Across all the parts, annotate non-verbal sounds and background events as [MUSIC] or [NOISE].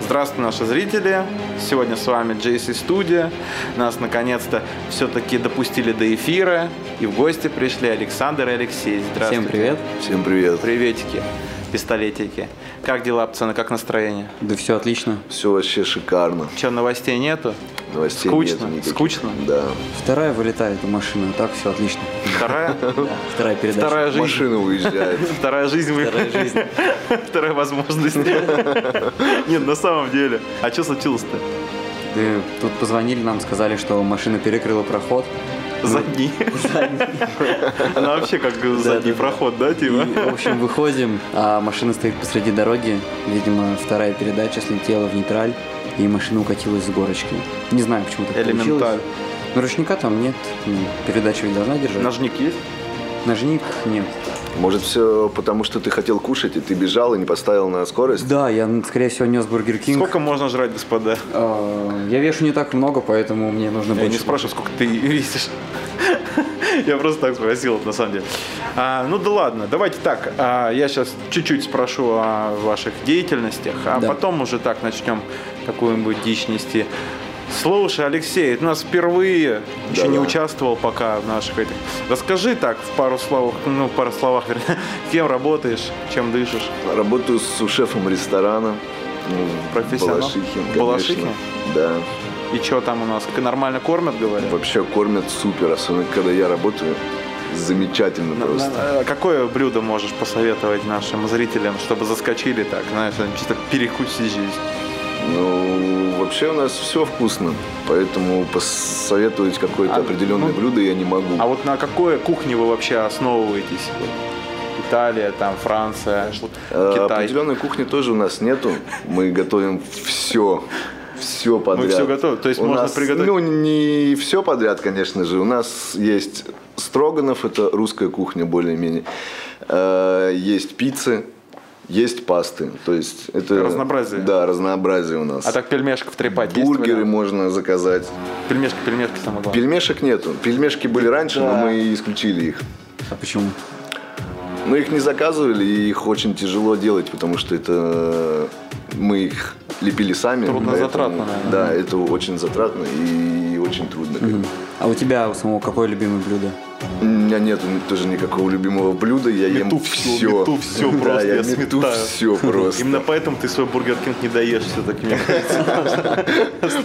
Здравствуйте, наши зрители! Сегодня с вами JC Studio. Нас наконец-то все-таки допустили до эфира. И в гости пришли Александр и Алексей. Здравствуйте. Всем привет. Всем привет. Приветики, пистолетики. Как дела, пацаны, как настроение? Да все отлично. Все вообще шикарно. Че, новостей нету? Новостей Скучно, нету никаких. скучно. Да. Вторая вылетает машина, а так все отлично. [LAUGHS] Вторая? Вторая передача. Вторая А жизнь. [LAUGHS] Машина уезжает. Вторая жизнь. вы- Вторая жизнь. [LAUGHS] Вторая возможность. [LAUGHS] Нет, на самом деле. А что случилось-то? Да, тут позвонили нам, сказали, что машина перекрыла проход. [LAUGHS] Задний. Она вообще как задний Ну. да, да. проход, да, И, Тима? в общем, выходим, а машина стоит посреди дороги. Видимо, вторая передача слетела в нейтраль, и машина укатилась с горочки. Не знаю, почему так Элементарь. получилось. Но ручника там нет. Ну, Передача ведь должна держать. Ножник есть? Ножник нет. Может, все потому, что ты хотел кушать, и ты бежал и не поставил на скорость? Да, я, ну, скорее всего, нес Бургер Кинг. Сколько можно жрать, господа? А, Я вешу не так много, поэтому мне нужно Я не больше. спрашиваю, сколько ты [LAUGHS] весишь. Я просто так спросил, это на самом деле. А, ну да ладно, давайте так. а, я сейчас чуть-чуть спрошу о ваших деятельностях, а Да. потом уже так начнем какую-нибудь дичь нести. Слушай, Алексей, ты у нас впервые еще не Да-да. участвовал пока в наших этих. Расскажи так в пару словах, ну, в пару словах, вернее, [LAUGHS] кем работаешь, чем дышишь. Работаю с шефом ресторана. ну, Профессионал? Балашихин, конечно. Балашихин? Да. И что там у нас? К- Нормально кормят, говорят? Вообще кормят супер, особенно когда я работаю. Замечательно На- просто. на- э, Какое блюдо можешь посоветовать нашим зрителям, чтобы заскочили так, знаешь, они чисто перекусить жизнь? Ну, вообще у нас все вкусно, поэтому посоветовать какое-то А, определенное ну, блюдо я не могу. А вот на какой кухне вы вообще основываетесь? Италия, там, Франция, Э, Китай. Определенной кухни тоже у нас нету. Мы готовим все. Все подряд. всё готовим, то есть У можно нас, приготовить? Ну, не все подряд, конечно же. У нас есть строганов, это русская кухня более-менее. Э, Есть пиццы, есть пасты. То есть это... Разнообразие. Да, разнообразие у нас. А так пельмешков трепать есть? Бургеры вариант? можно заказать. Пельмешки, пельмешки самое главное. Пельмешек нету. Пельмешки были раньше, но мы исключили их. А почему? Но их не заказывали, и их очень тяжело делать, потому что это мы их лепили сами. Трудно поэтому- затратно, наверное. Да, это очень затратно и очень трудно. как бы. А у тебя у самого какое любимое блюдо? У меня нет тоже никакого любимого блюда, я Мету ем всё, все. мету всё Да, просто, я я мету сметаю. [LAUGHS] все просто. Именно поэтому ты свой бургер кинг не даешь все-таки, мне кажется.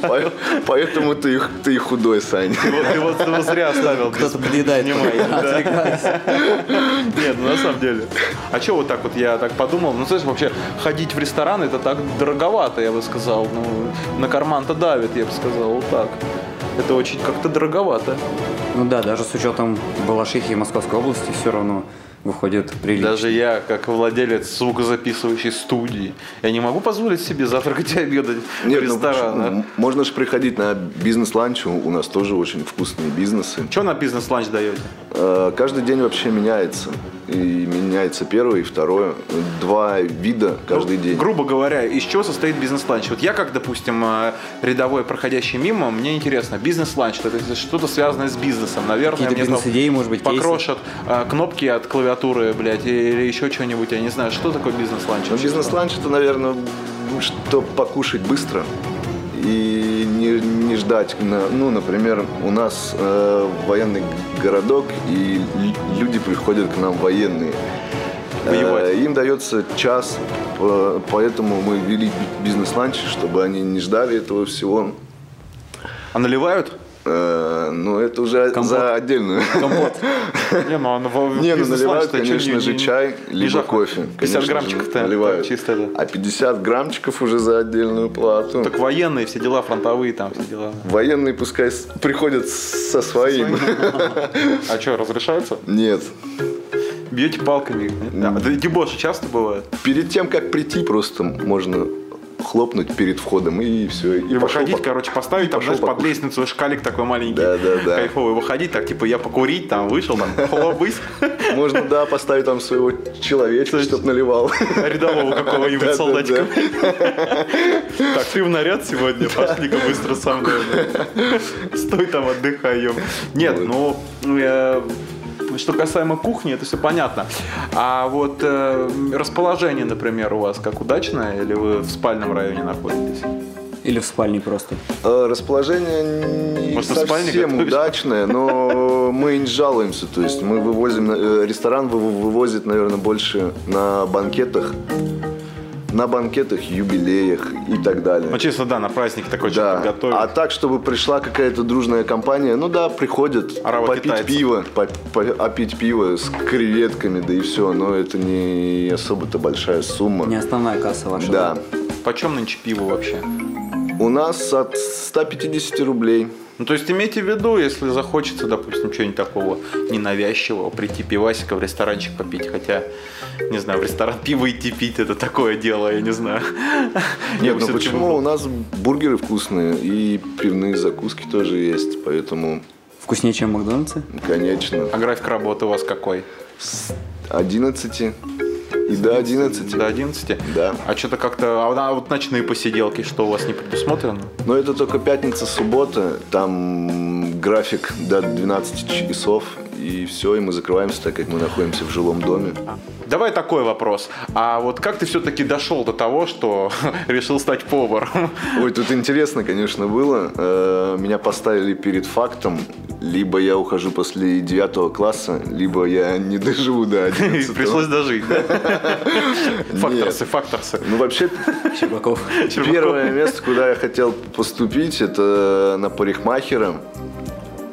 По- Поэтому ты, их- ты и худой, Саня. Ты вот- Ты вот его зря [LAUGHS] оставил. без Кто-то подъедает. внимания, да. Отвлекаюсь. Нет, ну на самом деле. А что вот так вот я так подумал? Ну, знаешь, вообще ходить в ресторан это так дороговато, я бы сказал. Ну, на карман-то давит, я бы сказал, вот так. Это очень как-то дороговато. Ну да, даже с учетом Балашихи и Московской области все равно выходит прилично. Даже я, как владелец звукозаписывающей студии, я не могу позволить себе завтракать и обедать Нет, в ну ресторанах. почему? Можно же приходить на бизнес-ланч, у у нас тоже очень вкусные бизнесы. Что на бизнес-ланч даете? Э, Каждый день вообще меняется. И меняется первое и второе. Два вида каждый день. Грубо говоря, из чего состоит бизнес-ланч? Вот я, как, допустим, э, рядовой, проходящий мимо, мне интересно, бизнес-ланч, это что-то связанное с бизнесом, наверное. Какие-то мне там бизнес-идеи, может быть, кейсы? Покрошат э, кнопки от клавиатуры, блядь, или еще что-нибудь, я не знаю, что такое бизнес-ланч? Ну, вообще? бизнес-ланч это, наверное, что покушать быстро и не, не ждать. на- ну, например, у нас э, военный городок, и лю- люди приходят к нам военные. Воевать. Э, им дается час, э, поэтому мы ввели бизнес-ланч, чтобы они не ждали этого всего. А наливают? Э, ну, это уже за отдельную. Компот. Не, ну, он в- в Не, ну бизнес-ланч-то наливают, чё, не- конечно же, не- чай, не либо жарко? кофе. 50 конечно же, граммчиков-то наливают. чисто это. А 50 граммчиков уже за отдельную плату. Так военные все дела, фронтовые там все дела. Военные пускай с- приходят с- со своим. А что, разрешается? [LAUGHS] Нет. Бьете палками. А, да дебоши часто бывают? Перед тем, как прийти, просто можно хлопнуть перед входом и все. И выходить, короче, поставить там, пошел знаешь, под покушать. лестницу шкалик такой маленький. Да-да-да. Кайфовый. Выходить так, типа, я покурить, там, вышел, там, хлопысь. Можно, да, поставить там своего человечка, Кстати. чтобы наливал. [LAUGHS] Рядового какого-нибудь Да-да-да. солдатика. [LAUGHS] Так, ты в наряд сегодня, пошли-ка быстро со мной. Стой там, отдыхай, ем. Нет, ну, э, ну, что касаемо кухни, это все понятно. А вот э, расположение, например, у вас как удачное, или вы в спальном районе находитесь? Или в спальне просто. Э, Расположение не Может, в спальне совсем готовишь? удачное, но мы не жалуемся. То есть мы вывозим, э, ресторан вы- вывозит, наверное, больше на банкетах, на банкетах, юбилеях и так далее. Ну, честно, да, на праздник такой Да. человек готовит. А так, чтобы пришла какая-то дружная компания, ну да, приходят Арава попить китайцев. пиво, по- по- опить пиво с креветками, да и все. Но это не особо-то большая сумма. Не основная касса ваша. Да. Почем нынче пиво вообще? У нас от 150 рублей. Ну, то есть имейте в виду, если захочется, допустим, чего-нибудь такого ненавязчивого, прийти пивасика в ресторанчик попить, хотя, не знаю, в ресторан [LAUGHS] пиво идти пить, это такое дело, я не [LAUGHS] знаю. Я Нет, бы ну всё-таки почему? выбрал. У нас бургеры вкусные и пивные закуски тоже есть, поэтому, Вкуснее, чем Макдональдсы? конечно, А график работы у вас какой? с 11 и до 11. До 11? Да. А что-то как-то... А вот ночные посиделки, что у вас не предусмотрено? Но это только пятница, суббота, там график до 12 часов, и все, и мы закрываемся, так как мы находимся в жилом доме. Давай такой вопрос. А вот как ты все-таки дошел до того, что [LAUGHS] решил стать поваром? Ой, тут интересно, конечно, было. Э, Меня поставили перед фактом, либо я ухожу после 9 класса, либо я не доживу до [LAUGHS] 11 Пришлось дожить, да? Факторсы, Нет. факторсы. Ну, вообще, Щербаков. Первое место, куда я хотел поступить, это на парикмахера.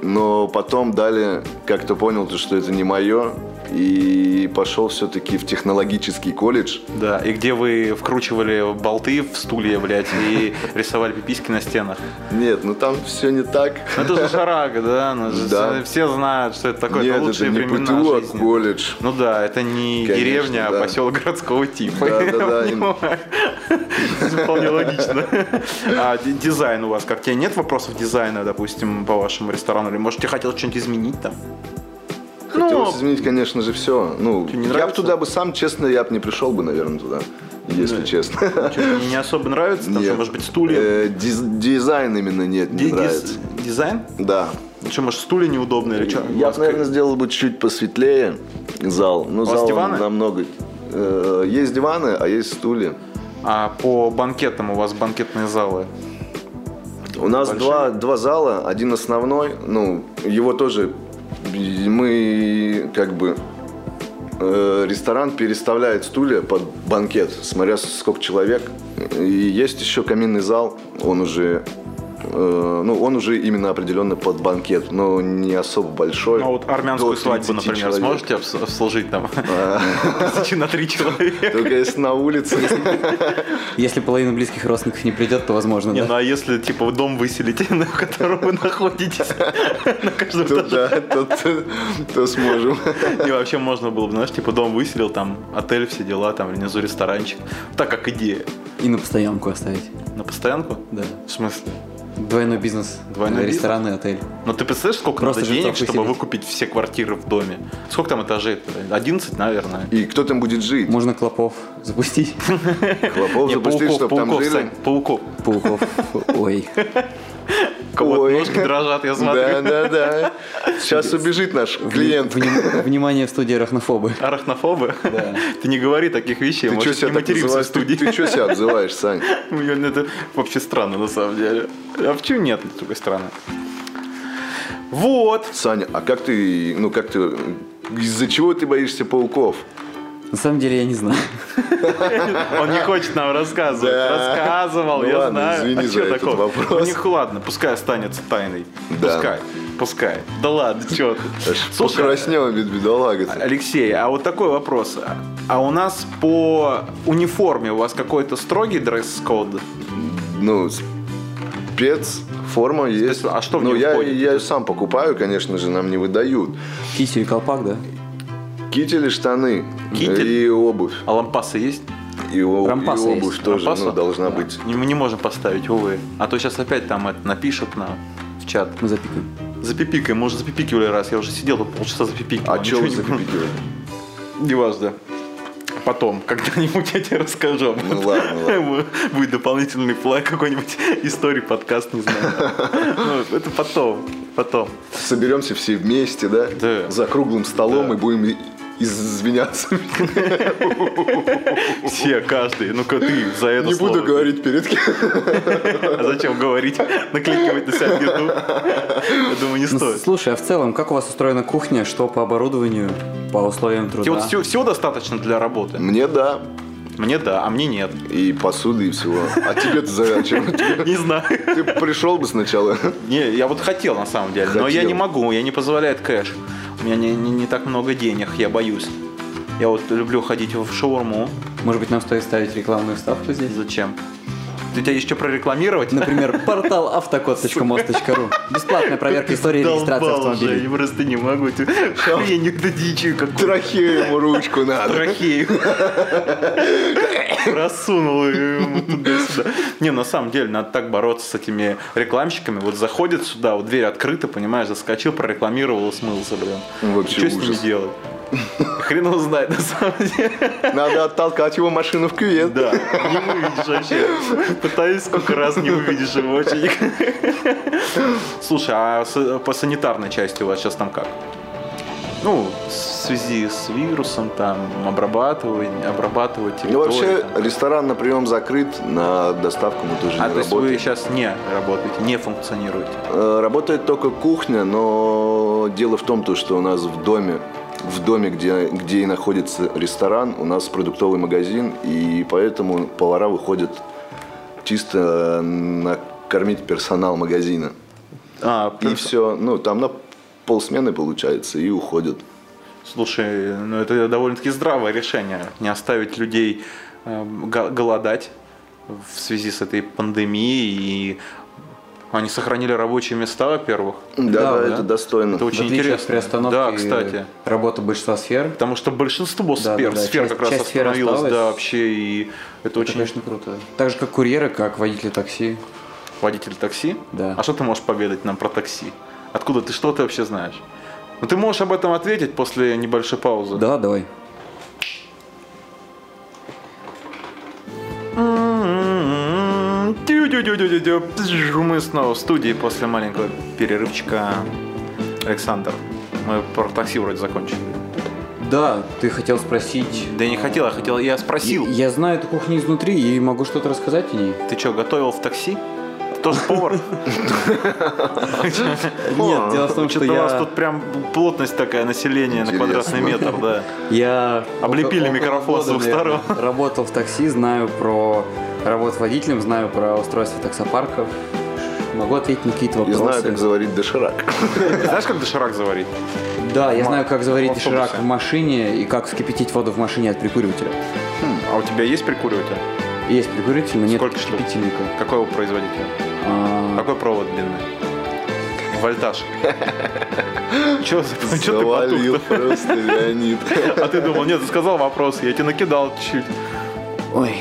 Но потом дали, как-то понял, то, что это не мое. И пошел все-таки в технологический колледж. Да, и где вы вкручивали болты в стулья, блядь, [LAUGHS] и рисовали пиписьки на стенах. Нет, ну там все не так. Ну, это же шарага, да? ну, же Да. все- Все знают, что это такое. Нет, Это это лучшие не времена ПТУ, а жизни. колледж. Ну да, это не Конечно, деревня, а да. поселок городского типа. Да, [LAUGHS] да, да, им- Понимаю. Это Вполне логично. А д- дизайн у вас как? Тебе нет вопросов дизайна, допустим, по вашему ресторану? Или, может, ты хотел что-нибудь изменить там? Хотелось изменить, конечно же, все. Ну, Ну, Тебе не я бы нравится? туда бы сам, честно, я бы не пришел бы, наверное, туда. Если честно. что-то не особо нравится, там, что, Нет. Ну, а может быть, стулья? Э, диз- Дизайн именно нет, Ди- не дис- нравится. Дизайн? Да. Что, может, стулья неудобные или что? Я бы, наверное, сделал бы чуть посветлее зал. Ну, вас зал он диваны? намного. э, Есть диваны, а есть стулья. А по банкетам у вас банкетные залы? У нас Большие? два, два зала, один основной, ну, его тоже мы как бы э, ресторан переставляет стулья под банкет, смотря сколько человек. И есть еще каминный зал, он уже, э, ну, он уже именно определенно под банкет, но не особо большой. Ну, а вот армянскую До свадьбу, 30 например, человек. А. сможете обс- обслужить там? [LAUGHS] Тысячи на три человека. Только если на улице. [LAUGHS] Если половина близких родственников не придет, то возможно, Не, да. ну а если, типа, в дом выселите, [LAUGHS] на котором вы находитесь, [LAUGHS] на каждом то этаже. да, то, то- то сможем. И вообще можно было бы, знаешь, типа, дом выселил, там, отель, все дела, там, внизу ресторанчик. Так как идея. И на постоянку оставить. На постоянку? Да. В смысле? Двойной бизнес. Двойной Ресторан и отель. Ну ты представляешь, сколько Просто надо жильцов денег, чтобы выселить. выкупить все квартиры в доме? Сколько там этажей? 11, наверное. И кто там будет жить? Можно клопов запустить. Клопов Не, запустить, чтобы там пауков, жили? Сань, пауков. Пауков. Ой. У кого Ой. ножки дрожат, я Да, смотрю. да, да. Сейчас убежит наш клиент. Вни- Внимание в студии арахнофобы. Арахнофобы? [LAUGHS] Ты не говори таких вещей, Ты что может, не себя так материмся в называешь? Ты, студии. [LAUGHS] что себя обзываешь, Сань? Блин, Это вообще странно, на самом деле. А почему нет, с другой стороны? Вот. Саня, а как ты, ну как ты, из-за чего ты боишься пауков? На самом деле я не знаю. Он не хочет нам рассказывать. Да. Рассказывал, Ну я ладно, знаю. извини а за чё этот такого? вопрос. У них ладно, пускай останется тайной. Да. Пускай, пускай. Да ладно, чё ты. Слушай, а Покраснел, бед- бедолага. ты. Алексей, а вот такой вопрос. А у нас по униформе у вас какой-то строгий дресс-код? Ну, спец, форма есть. а что в Ну, неё я, входит? я её сам покупаю, конечно же, нам не выдают. Кисю и колпак, да? Кители, штаны Китель? и обувь. А лампасы есть? И, о- и Рампаса есть. обувь тоже Лампаса? ну, должна Да. быть. Не, мы не можем поставить, увы. А то сейчас опять там это напишут нам в чат. Мы запикаем. Запипикай, мы уже запипикивали раз. Я уже сидел тут полчаса запипикивал. Ну, А чё ничего вы не- запикивали? Неважно. Потом, когда-нибудь я тебе расскажу. об Ну этом. ладно, ладно. [LAUGHS] [LAUGHS] Будет дополнительный план какой-нибудь истории, подкаст, не знаю. Ну, Это потом. потом. Соберемся все вместе, да? Да. За круглым столом Да. и будем и- извиняться. Все, каждый. Ну-ка ты за [LAUGHS] это Не слово. буду говорить перед кем. А зачем говорить? Накликивать на себя беду? Я думаю, не Ну, стоит. Слушай, а в целом, как у вас устроена кухня? Что по оборудованию, по условиям Тебе вот труда? всё- всего достаточно для работы? Мне да. Мне да, а мне нет. И посуды, и всего. А тебе-то зачем? Не знаю. Ты пришел бы сначала. Не, я вот хотел на самом деле, но я Хотел. не могу, я не позволяет кэш. У меня не, не- не так много денег, я боюсь. Я вот люблю ходить в шаурму. Может быть, нам стоит ставить рекламную вставку здесь? Зачем? Ты тебя еще прорекламировать? Например, портал автокод.мост.ру. Бесплатная проверка истории регистрации Задолбал уже, автомобилей. я просто не могу. ты- [LAUGHS] Хрень да дичью какую-то. Трахею ему ручку надо. Трахею. [LAUGHS] Просунул ему туда-сюда. Не, на самом деле, надо так бороться с этими рекламщиками. Вот заходит сюда, вот дверь открыта, понимаешь, заскочил, прорекламировал и смылся, блин. Ну, вообще Что с ними ужас. делать? Хрен его знает, на самом деле. Надо оттолкать его машину в кювет. Да, не увидишь вообще. Пытаюсь сколько раз не увидишь его очень. Слушай, а с- по санитарной части у вас сейчас там как? Ну, в связи с вирусом, там, обрабатывать, обрабатывать Ну, вообще, э, территорию, там. ресторан на прием закрыт, на доставку мы тоже А не то есть вы работаем. сейчас не работаете, не функционируете? Э, Работает только кухня, но дело в том, то, что у нас в доме, в доме, где, где и находится ресторан, у нас продуктовый магазин, и поэтому повара выходят чисто накормить персонал магазина. А, И перс- все, ну, там на полсмены получается, и уходят. Слушай, ну это довольно-таки здравое решение. Не оставить людей эм, го- голодать в связи с этой пандемией. И они сохранили рабочие места, во-первых. Да, Да, да, да. это достойно. Это очень В отличие от интересно. приостановки да, кстати. работы большинства сфер, Потому что большинство Да, сфер, да, да, сфер часть- как раз часть сфер остановилось, осталась. да, вообще. И это это, очень... конечно, круто. Так же, как курьеры, как водители такси. Водитель такси? Да. А что ты можешь поведать нам про такси? Откуда ты, что ты вообще знаешь? Ну ты можешь об этом ответить после небольшой паузы. Да, давай. М-м-м. Тю-тю-тю-тю-тю-тю. Пзж. Мы снова в студии после маленького перерывчика. Александр, мы про такси вроде закончили. Да, ты хотел спросить. Да я не хотел, я хотел, я спросил. Я, я знаю эту кухню изнутри и могу что-то рассказать о ней. Ты что, готовил в такси? Ты тоже повар? Нет, дело в том, что Что-то у вас я, тут прям плотность такая населения на Интересно. квадратный метр, да. я Облепили около- микрофон около с двух года, наверное, сторон. работал в такси, знаю про работу водителем, знаю про устройство таксопарков. Могу ответить на какие-то И вопросы. знаю, как заварить доширак. Знаешь, как доширак заварить? Да, я Ма- знаю, как в заварить автобусе. доширак в машине и как вскипятить воду в машине от прикуривателя. А у тебя есть прикуриватель? Есть прикуриватель, но нет Сколько штук? вскипятильника. Какой у производителя? А, Какой провод длинный? [LAUGHS] Вольтаж. Че А ты Завалил потух-то? просто Леонид. А ты думал, нет, ты сказал вопрос, я тебе накидал чуть-чуть. Ой.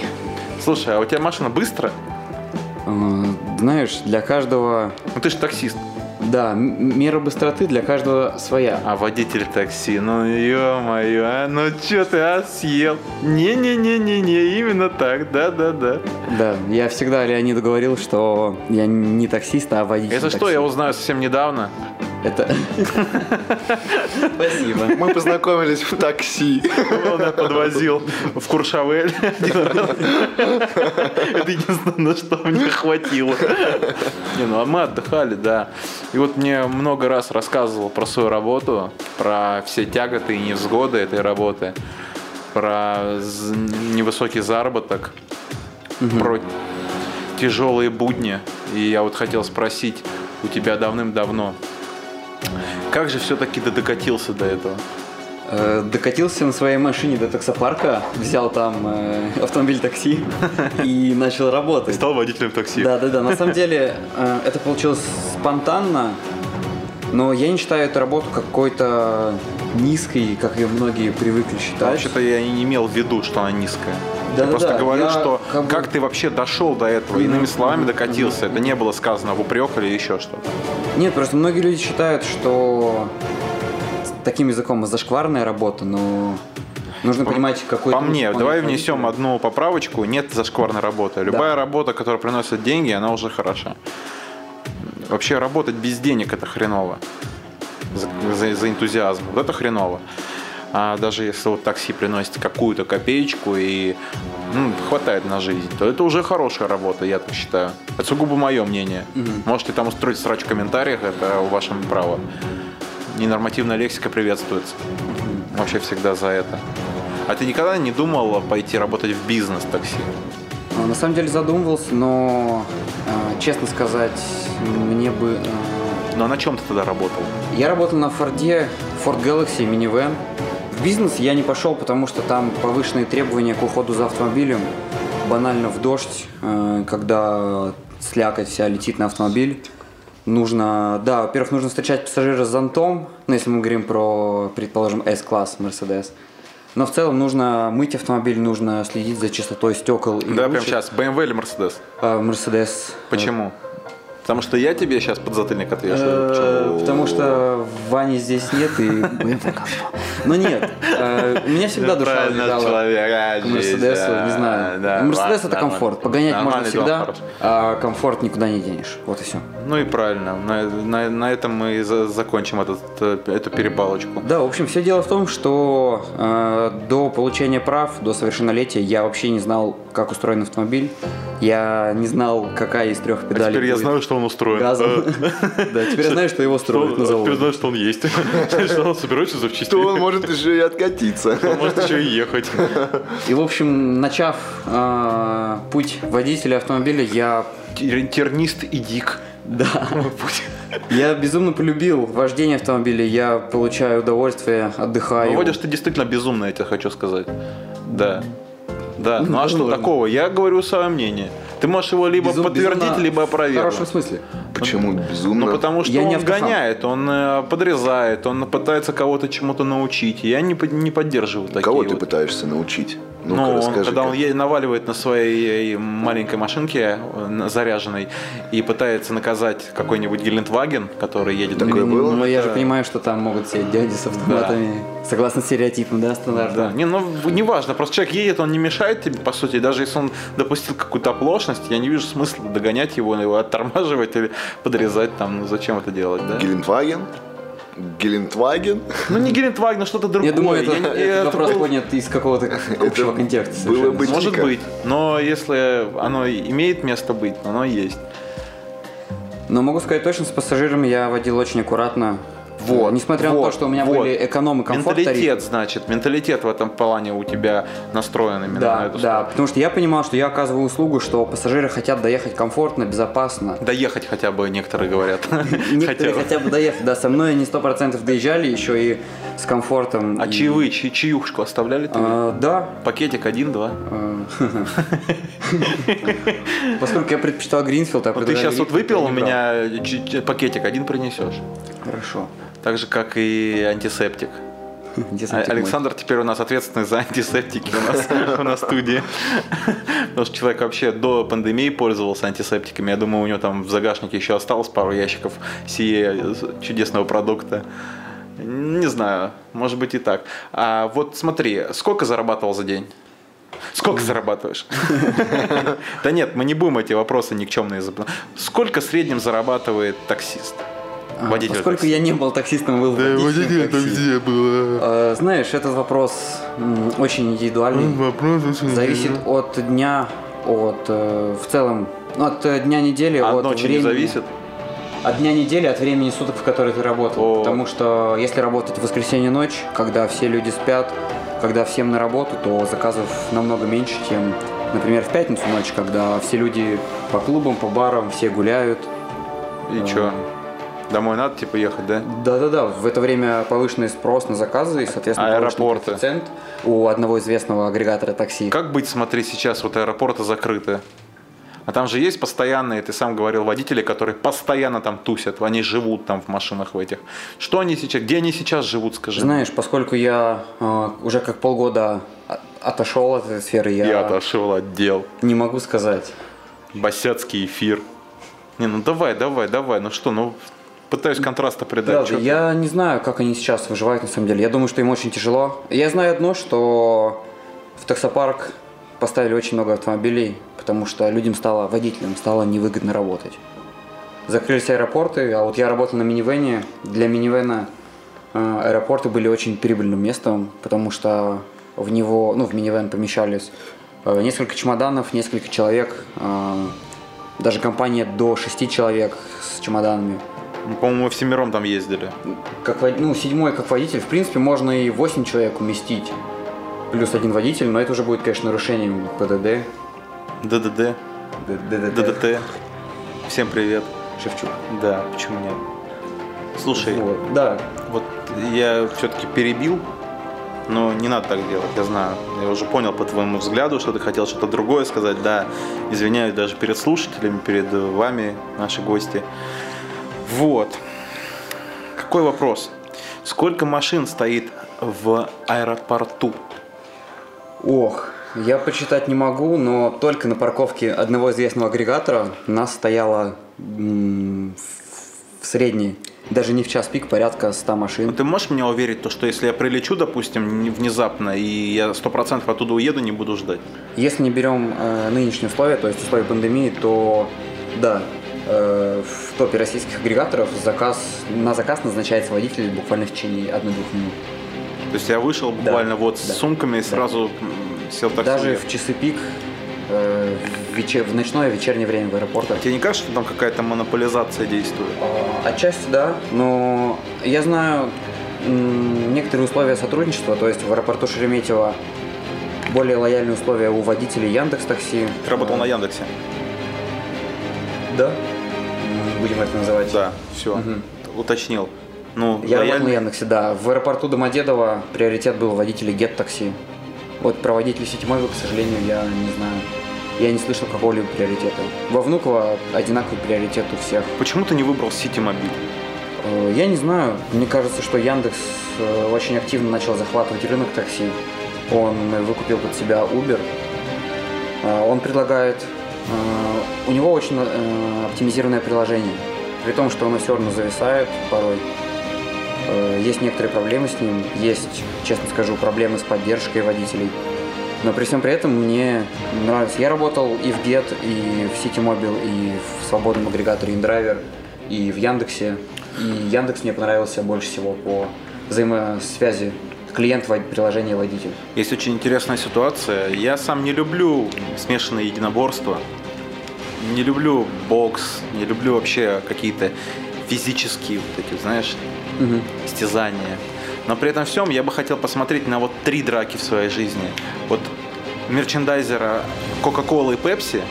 Слушай, а у тебя машина быстро? А, Знаешь, для каждого... Ну ты же таксист. Да, м- мера быстроты для каждого своя. А водитель такси, ну ё-моё, а ну чё ты, а съел? Не-не-не-не-не, именно так, да-да-да. Да, я всегда Леониду говорил, что я не таксист, а водитель Если что, такси. я узнаю совсем недавно. Это... Спасибо. Мы познакомились в такси. Он меня подвозил в Куршавель. Это единственное, на что мне хватило. Не, ну а мы отдыхали, да. И вот мне много раз рассказывал про свою работу, про все тяготы и невзгоды этой работы, про з- невысокий заработок, про тяжелые будни. И я вот хотел спросить у тебя давным-давно, как же все-таки ты докатился до этого? Э, Докатился на своей машине до таксопарка, взял там э, [LAUGHS] автомобиль такси и начал работать. Стал водителем такси. Да, да, да. На самом деле э, это получилось спонтанно, но я не считаю эту работу какой-то низкой, как ее многие привыкли считать. Вообще-то я и не имел в виду, что она низкая. я Да-да-да, просто говорю, я что как как, бы- ты вообще дошел до этого, иными Мгм, словами, мгм, докатился. Это не было сказано в упрек или еще что-то. Нет, просто многие люди считают, что с таким языком зашкварная работа, но нужно понимать, какой... а По мне, давай внесем одну поправочку. Нет зашкварной работы. Любая работа, которая приносит деньги, она уже хороша. Вообще работать без денег это хреново. За, за- за энтузиазм. Вот это хреново. А даже если вот такси приносит какую-то копеечку и ну, хватает на жизнь, то это уже хорошая работа, я так считаю. Это сугубо мое мнение. Можете там устроить срач в комментариях, это ваше право. Ненормативная лексика приветствуется. Вообще всегда за это. А ты никогда не думал пойти работать в бизнес такси? А, На самом деле задумывался, но, э, честно сказать, мне бы... э, Ну а на чем ты тогда работал? Я работал на Форде, Ford Galaxy, минивэн. В бизнес я не пошел, потому что там повышенные требования к уходу за автомобилем. Банально в дождь, э, когда слякоть вся летит на автомобиль. Нужно, да, во-первых, нужно встречать пассажира с зонтом, ну, если мы говорим про, предположим, S-класс Mercedes. Но в целом нужно мыть автомобиль, нужно следить за чистотой стекол. и Да, прям ручек. сейчас. BMW или Mercedes? А, Mercedes. Почему? Потому что я тебе сейчас подзатыльник отвешиваю. Э, Почему? Потому что Вани здесь нет [LAUGHS] и BMW говно. Но нет, э, у меня всегда душа Правильно, лежала человек, а, к жизнь, Мерседесу, да, не знаю. да, ладно, Мерседес это нормально. комфорт, погонять можно Нормальный дом всегда, хороший. а комфорт никуда не денешь. Вот и все. Ну и правильно. На, на- на этом мы и за- закончим этот, э, эту перебалочку. Да, в общем, все дело в том, что э, до получения прав, до совершеннолетия я вообще не знал, как устроен автомобиль. Я не знал, какая из трех А педалей теперь я будет знаю, что он устроен. газом. Э, [LAUGHS] Да, теперь я знаю, что его что строят он- а на Теперь заводе. знаю, что он есть. [LAUGHS] Что он собирается То он запчастей. может еще и откатиться. Он А может еще и ехать. И, в общем, начав э, путь водителя автомобиля, я, Тир- Тернист и дик. да, [LAUGHS] я безумно полюбил вождение автомобиля. Я получаю удовольствие, отдыхаю. Выводишь ты действительно безумно, я тебе хочу сказать. Да. Да, ну а что Безумно. такого? Я говорю свое мнение. Ты можешь его либо Безум- подтвердить, безумно либо В опровергнуть. хорошем смысле. Почему безумно? Ну, потому что Я он не автофан. гоняет, он э, подрезает, он пытается кого-то чему-то научить. Я не, под- не поддерживаю такие Кого ты вот. пытаешься научить? Ну, Ну-ка, он, расскажи. когда он как. е- наваливает на своей э, маленькой машинке э, на- заряженной и пытается наказать какой-нибудь Гелендваген, который едет... Такое Н- было? Но ну, я же Да. понимаю, что там могут сидеть дяди с автоматами, согласно стереотипам, да, Да, стандартам. не, ну, неважно, просто человек едет, он не мешает тебе, по сути, даже если он допустил какую-то оплошность, я не вижу смысла догонять его, его оттормаживать или подрезать там, ну, зачем это делать, да? Гелендваген? Гелендваген? Ну, не Гелендваген, но что-то другое. Я думаю, это, Я не- [LAUGHS] этот это вопрос был- понят из [LAUGHS] какого-то общего контекста. было совершенно. бы Может дико. быть, но если оно имеет место быть, оно есть. Но могу сказать точно, с пассажирами я водил очень аккуратно. Вот, Несмотря на вот, то, что у меня вот. были эконом и комфорт тарифы. Менталитет, значит, менталитет в этом плане у тебя настроен именно на Да, эту да, сторону. потому что я понимал, что я оказываю услугу, что пассажиры хотят доехать комфортно, безопасно. Доехать хотя бы, некоторые говорят. Некоторые бы. хотя бы доехать, да, со мной они 100% доезжали еще и с комфортом. А и- чаевые, чай- чаюшку оставляли ты? А, да. Пакетик один-два. э, [LAUGHS] Поскольку я предпочитал Гринфилд, а Вот ты сейчас вот выпил, у у меня ч- ч- пакетик один принесешь. Хорошо. [LAUGHS] Так же, как и антисептик. А- Десантик мой. Александр теперь у нас ответственный за антисептики у нас [LAUGHS] у нас в студии. Потому что человек вообще до пандемии пользовался антисептиками. Я думаю, у него там в загашнике еще осталось пару ящиков сие чудесного продукта. Не знаю, может быть и так. А вот смотри, сколько зарабатывал за день? Сколько [LAUGHS] зарабатываешь? Да нет, мы не будем эти вопросы никчемные задавать. Сколько в среднем зарабатывает таксист? А, Водитель Поскольку такси. я не был таксистом, был водителем такси. Э, Знаешь, этот вопрос м, очень индивидуальный. Зависит от дня, от э, в целом, ну, от э, дня недели, От от ночи не времени, зависит? От дня недели, от времени суток, в которые ты работал. О. Потому что если работать в воскресенье ночь, когда все люди спят, когда всем на работу, то заказов намного меньше, чем, например, в пятницу ночь, когда все люди по клубам, по барам, все гуляют. И чё? Домой надо, типа, ехать, да? Да-да-да, в это время повышенный спрос на заказы и, соответственно, повышенный Аэропорты. коэффициент у одного известного агрегатора такси. Как быть, смотри, сейчас вот аэропорты закрыты? А там же есть постоянные, ты сам говорил, водители, которые постоянно там тусят, они живут там в машинах в этих. Что они сейчас, где они сейчас живут, скажи? Знаешь, поскольку я э, уже как полгода о- отошел от этой сферы, я, Я отошел от дел. не могу сказать. Босяцкий эфир. Не, ну давай, давай, давай, ну что, ну пытаюсь контраста придать. Правда, чё ты? я не знаю, как они сейчас выживают на самом деле. Я думаю, что им очень тяжело. Я знаю одно, что в таксопарк поставили очень много автомобилей, потому что людям стало, водителям стало невыгодно работать. закрылись аэропорты, а вот я работал на минивене. Для минивена э, аэропорты были очень прибыльным местом, потому что в него, ну, в минивен помещались э, несколько чемоданов, несколько человек, э, даже компания до шести человек с чемоданами. Ну, По-моему, мы всемиром там ездили. Как, вод- ну, седьмой как водитель, в принципе, можно и 8 человек уместить, плюс один водитель, но это уже будет, конечно, нарушением ПДД, ДДД, ДДТ. ДДТ. Всем привет. Шевчук. Да, почему нет? Слушай, Вот, Да, Вот я все-таки перебил, но не надо так делать, я знаю. Я уже понял по твоему взгляду, что ты хотел что-то другое сказать. Да, извиняюсь даже перед слушателями, перед вами, наши гости. Вот. Какой вопрос? Сколько машин стоит в аэропорту? Ох, я посчитать не могу, но только на парковке одного известного агрегатора нас стояло м, в в средней, даже не в час пик, порядка 100 Ну, машин. ты можешь меня уверить, то, что если я прилечу, допустим, не- внезапно, и я 100% оттуда уеду, не буду ждать? Если не берем э, нынешние условия, то есть условия пандемии, то да, э, в топе российских агрегаторов заказ, на заказ назначается водитель буквально в течение 1-2 минут. То есть я вышел буквально вот с да, сумками и сразу м, сел в такси. Даже уехал. в часы пик, э, в, вече- в ночное вечернее время в аэропортах. Тебе не кажется, что там какая-то монополизация действует? Э, Отчасти да, но я знаю м, некоторые условия сотрудничества, то есть в аэропорту Шереметьево более лояльные условия у водителей Яндекс Такси. Ты работал на Яндексе? Да. М, Будем это называть. Да, все, уточнил. Ну, Я работал на лояльный- Яндексе, да. В аэропорту Домодедово приоритет был водителей Get Такси. Вот про водителей сетевого, к сожалению, я не знаю. Я не слышал какого-либо приоритета. Во Внуково одинаковый приоритет у всех. Почему ты не выбрал Ситимобиль? Э, Я не знаю. Мне кажется, что Яндекс э, очень активно начал захватывать рынок такси. Он выкупил под себя Uber. Э, Он предлагает... э, У него очень э, оптимизированное приложение. При том, что оно все равно зависает порой. Э, Есть некоторые проблемы с ним. Есть, честно скажу, проблемы с поддержкой водителей. Но при всем при этом мне нравится. Я работал и в Get, и в Ситимобил, и в свободном агрегаторе InDriver, и в Яндексе. И Яндекс мне понравился больше всего по взаимосвязи клиент, вод- приложение, водитель. Есть очень интересная ситуация. Я сам не люблю смешанные единоборства. Не люблю бокс, не люблю вообще какие-то физические вот эти, знаешь, стязания. Но при этом всем я бы хотел посмотреть на вот три драки в своей жизни. Вот мерчендайзера Coca-Cola и Pepsi,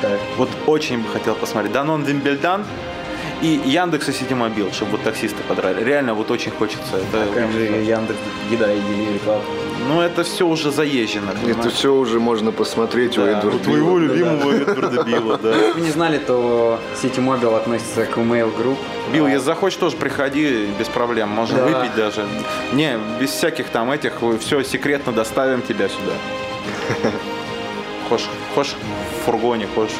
Так. Вот очень бы хотел посмотреть. Данон Дембельдан и Яндекс и Ситимобил, чтобы вот таксисты подрали. Реально, вот очень хочется. Это, Как же Яндекс, еда и Delivery Club. ну, это все уже заезжено. Это понимаешь? все уже можно посмотреть у Да, Эдварда у твоего Билла. любимого Эдварда Билла, да. Если вы не знали, то Ситимобил относится к Mail Group. Билл, если захочешь, тоже приходи без проблем. Можно Да. выпить даже. Не, без всяких там этих. Все секретно доставим тебя сюда. Хочешь, хочешь в фургоне, хочешь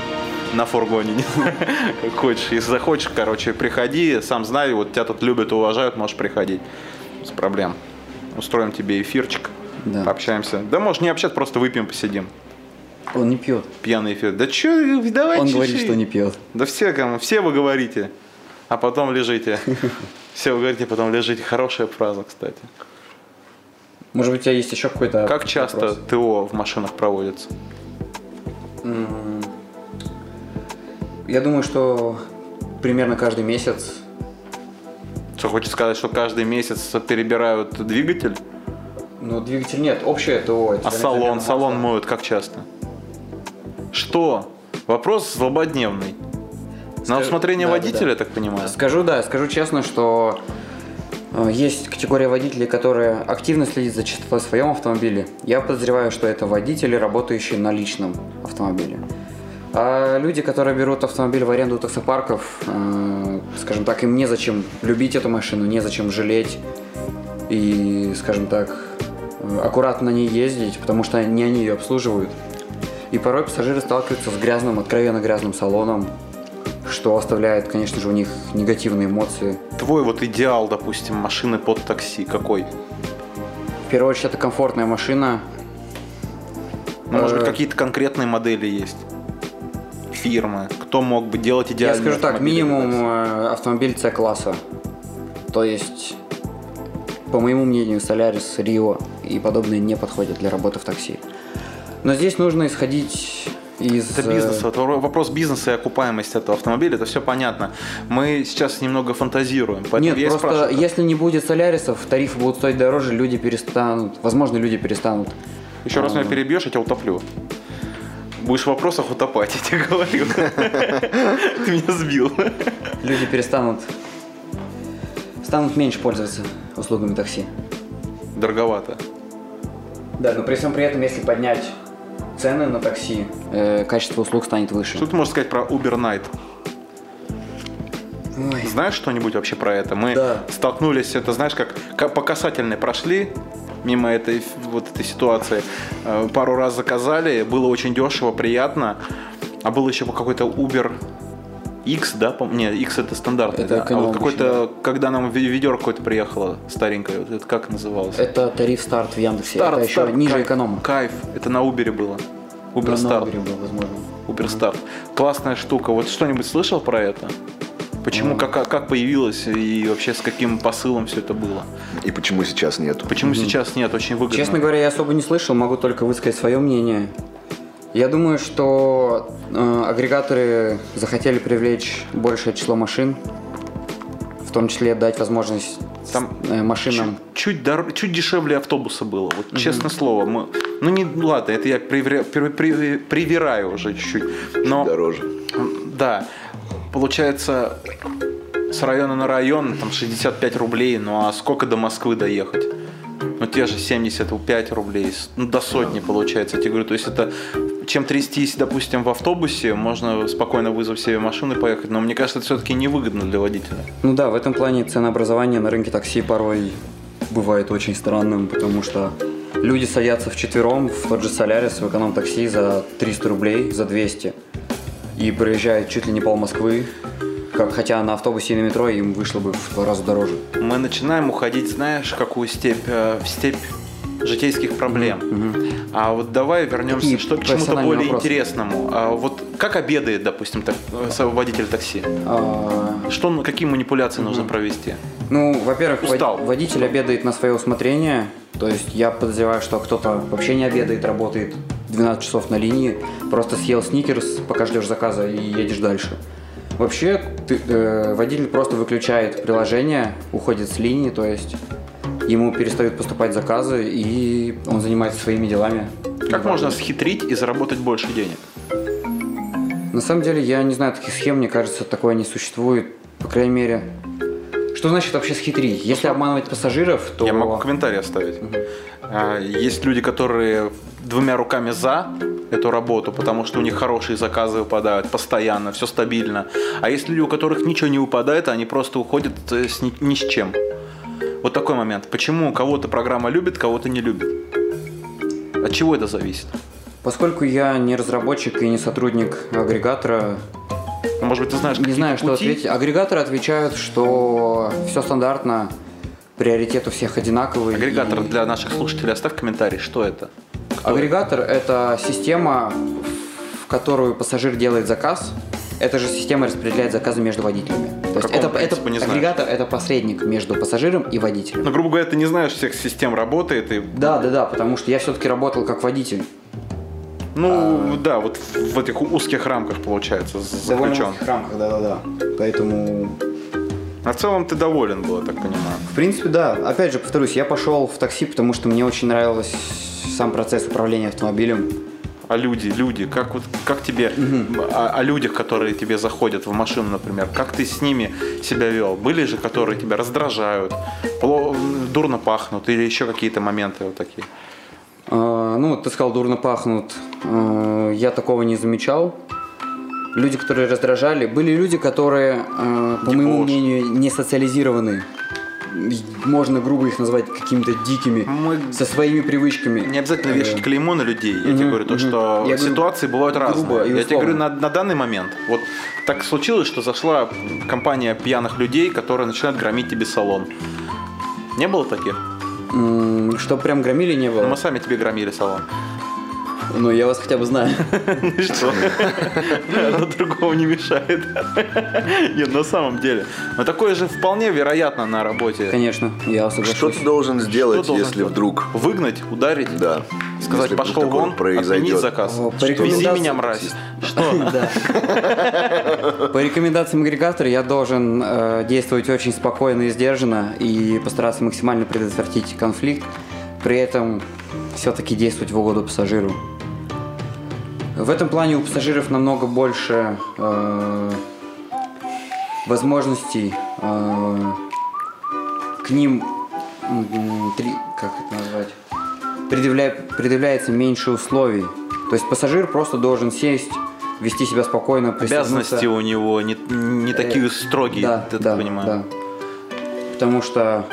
на фургоне, не знаю, как хочешь. Если захочешь, короче, приходи, сам знаю, вот тебя тут любят, уважают, можешь приходить. Без проблем. Устроим тебе эфирчик, Да. пообщаемся. Да можешь не общаться, просто выпьем, посидим. Он не пьет. Пьяный эфир. Да че, давай Он говорит, чеши. что не пьет. Да все, кому- все вы говорите, а потом [LAUGHS] лежите. Все вы говорите, а потом лежите. Хорошая фраза, кстати. Может быть, у тебя есть еще какой-то Как часто вопрос? ТО в машинах проводится? М, Я думаю, что примерно каждый месяц. Что, хочешь сказать, что каждый месяц перебирают двигатель, Но двигатель нет, общее ТО. это а салон, замена салон масла. моют как часто? Что? Вопрос злободневный. На Скажи- усмотрение да, да, водителя, я так понимаю? Скажу, да, скажу честно, что э, есть категория водителей, которые активно следит за чистотой в своем автомобиле. Я подозреваю, что это водители, работающие на личном автомобиле. А люди, которые берут автомобиль в аренду у таксопарков, э, скажем так, им незачем любить эту машину, незачем жалеть и, скажем так, э, аккуратно на ней ездить, потому что не они ее обслуживают. И порой пассажиры сталкиваются с грязным, откровенно грязным салоном, что оставляет, конечно же, у них негативные эмоции. Твой вот идеал, допустим, машины под такси какой? В первую очередь, это комфортная машина. Ну, может быть, Э. какие-то конкретные модели есть? фирмы? Кто мог бы делать Я идеальный скажу так, автомобиль? минимум э, автомобиль С-класса. То есть, по моему мнению, Солярис, Рио и подобные не подходят для работы в такси. Но здесь нужно исходить из... Это бизнес, э, вот вор- вопрос бизнеса и окупаемости этого автомобиля, это все понятно. Мы сейчас немного фантазируем, поэтому Нет, я и просто спрашиваю. если не будет солярисов, тарифы будут стоить дороже, люди перестанут, возможно, люди перестанут. Еще раз меня перебьешь, я тебя утоплю. Будешь в вопросах утопать, [LAUGHS] я тебе говорю. Ты меня сбил. [LAUGHS] Люди перестанут станут меньше пользоваться услугами такси. Дороговато. Да, но при всем при этом, если поднять цены на такси, э, качество услуг станет выше. Что ты можешь сказать про Uber Night? Ой. Знаешь что-нибудь вообще про это? Мы Да. столкнулись, это знаешь, как ка- по касательной прошли мимо этой ф- вот этой ситуации. Э, Пару раз заказали, было очень дешево, приятно. А был еще какой-то Uber X, да? пом- Не, X это стандартный, Это да? А вот эконом какой-то, когда нам ве- ведерко какое-то приехало, старенькое, вот это как называлось? Это тариф старт в Яндексе. Старт, Э, это еще старт, ниже кайф, эконома. Кайф, это на Uber было. Uber Да, на Start. Uber был, возможно. Уперстарт. Классная штука. Вот что-нибудь слышал про это? Почему, как, а, как появилось и вообще с каким посылом все это было? И почему сейчас нету? Почему сейчас нет? Очень выгодно. Честно говоря, я особо не слышал, могу только высказать свое мнение. Я думаю, что э, агрегаторы захотели привлечь большее число машин, в том числе дать возможность с- Там э, машинам. чуть, чуть, дор- чуть дешевле автобуса было. Вот честное слово. Мы... Ну не ну ладно, это я привре- при- при- привираю уже чуть-чуть. Но Дороже. Да. Получается, с района на район там 65 рублей, ну а сколько до Москвы доехать? Ну те же 75 рублей, с- ну до сотни получается, я тебе говорю. То есть это чем трястись, допустим, в автобусе, можно спокойно вызвать себе машину и поехать. Но мне кажется, это все-таки невыгодно для водителя. Ну да, в этом плане ценообразование на рынке такси порой бывает очень странным, потому что люди садятся вчетвером в тот же Солярис в эконом-такси за 300 рублей, за 200, и проезжают чуть ли не пол Москвы, как, хотя на автобусе и на метро им вышло бы в два раза дороже. Мы начинаем уходить, знаешь, в какую степь? Э, В степь житейских проблем. А вот давай вернемся Такие что, к чему-то профессиональные более вопросы. интересному. А вот как обедает, допустим, так, э, водитель такси? А, Что, ну, какие манипуляции нужно провести? Ну, во-первых, вод- Устал. водитель обедает на свое усмотрение. То есть я подозреваю, что кто-то вообще не обедает, работает 12 часов на линии, просто съел сникерс, пока ждешь заказа и едешь дальше. Вообще, ты- э, водитель просто выключает приложение, уходит с линии, то есть ему перестают поступать заказы, и он занимается своими делами. Как можно схитрить и заработать больше денег? На самом деле, я не знаю таких схем, мне кажется, такое не существует, по крайней мере. Что значит вообще схитрить? Если обманывать пассажиров, то... Я могу комментарий оставить. А, Есть люди, которые двумя руками за эту работу, потому что у них хорошие заказы выпадают постоянно, все стабильно. А есть люди, у которых ничего не выпадает, а они просто уходят э, с ни, ни с чем. Вот такой момент. Почему кого-то программа любит, кого-то не любит? От чего это зависит? Поскольку я не разработчик и не сотрудник агрегатора, Ну, Может быть, ты знаешь, не какие-то знаю, что пути? ответить. Агрегаторы отвечают, что все стандартно, приоритет у всех одинаковый. Агрегатор и- для наших слушателей, оставь комментарий, что это? Агрегатор – это система, в которую пассажир делает заказ. Эта же система распределяет заказы между водителями. То есть какому это, это принципу, не знаю. агрегатор – это посредник между пассажиром и водителем. Ну, грубо говоря, ты не знаешь всех систем работает и Да, да, да, потому что я все-таки работал как водитель. Ну, да, вот в в этих узких рамках, получается, з- заключен. рамках, да, да, да. Поэтому А в целом ты доволен был, я так понимаю. В принципе, да. Опять же, повторюсь, я пошел в такси, потому что мне очень нравилось сам процесс управления автомобилем. А люди, люди, как вот, как тебе, о, о людях, которые тебе заходят в машину, например, как ты с ними себя вел? Были же, которые тебя раздражают, пло- дурно пахнут или еще какие-то моменты вот такие? Э, Ну, ты сказал, дурно пахнут. Э, Я такого не замечал. Люди, которые раздражали, были люди, которые, э, по моему Дебош. мнению, не социализированы. Можно грубо их назвать какими-то дикими, Мы- со своими привычками. Не обязательно Э, вешать клеймо на людей. Я тебе Мгм, говорю то, мгм. что Я говорю, ситуации бывают грубо разные. и Я тебе говорю условно. на, на данный момент. Вот так случилось, что зашла компания пьяных людей, которые начинают громить тебе салон. Не было таких? Ну, м, Что прям громили не было. [LAUGHS] Мы сами тебе громили салон. Ну, я вас хотя бы знаю. Ну что? Одно другого не мешает. [LAUGHS] Нет, на самом деле. Но такое же вполне вероятно на работе. Конечно, я Что соглашусь. ты должен сделать, должен если сделать? вдруг? Выгнать, ударить, Да. сказать Если вдруг пошел такое вон, отменить произойдет. заказ. О, по Вези рекомендации- меня, мразь. Что? [LAUGHS] Да. По рекомендациям агрегатора я должен э, действовать очень спокойно и сдержанно и постараться максимально предотвратить конфликт, при этом все-таки действовать в угоду пассажиру. В этом плане у пассажиров намного больше э, возможностей э, к ним м, три- как это назвать? Предъявля- предъявляется меньше условий. То есть пассажир просто должен сесть, вести себя спокойно, пристегнуться. Обязанности у него не, не такие строгие, Э, Да, ты да, так понимаю. да. Потому что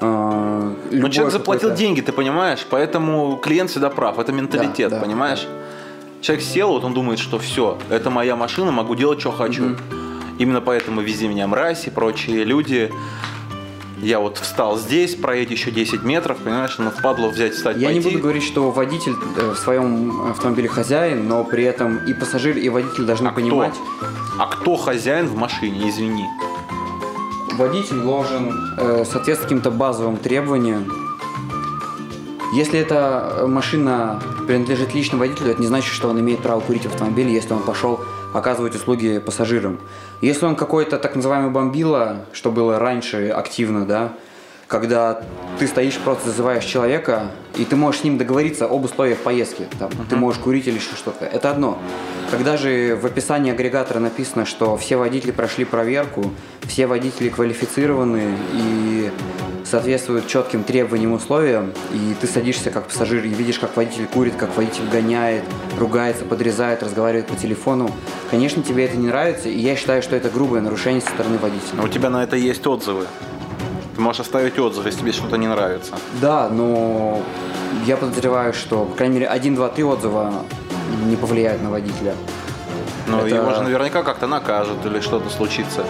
э, Но любое Ну, человек заплатил какое-то- деньги, ты понимаешь, поэтому клиент всегда прав. Это менталитет, Да, да, понимаешь? Человек сел, вот он думает, что все, это моя машина, могу делать, что хочу. Именно поэтому вези меня мразь и прочие люди. Я вот встал здесь, проедь еще 10 метров, понимаешь, она впадло взять, встать, Я не пойти. буду говорить, что водитель э, в своем автомобиле хозяин, но при этом и пассажир, и водитель должны а, кто, понимать. а кто хозяин в машине, извини. Водитель должен э, соответствовать каким-то базовым требованиям. Если эта машина принадлежит лично водителю, это не значит, что он имеет право курить в автомобиле, если он пошел оказывать услуги пассажирам. Если он какой-то так называемый бомбила, что было раньше активно, да, когда ты стоишь, просто зазываешь человека, и ты можешь с ним договориться об условиях поездки. Там, Ты можешь курить или еще что-то. Это одно. Когда же в описании агрегатора написано, что все водители прошли проверку, все водители квалифицированы и соответствуют четким требованиям и условиям, и ты садишься как пассажир и видишь, как водитель курит, как водитель гоняет, ругается, подрезает, разговаривает по телефону, конечно, тебе это не нравится, и я считаю, что это грубое нарушение со стороны водителя. Но у тебя на это есть отзывы. Ты можешь оставить отзыв, если тебе что-то не нравится. Да, но я подозреваю, что, по крайней мере, один, два, три отзыва не повлияют на водителя. Но Ну, Это- его же наверняка как-то накажут или что-то случится.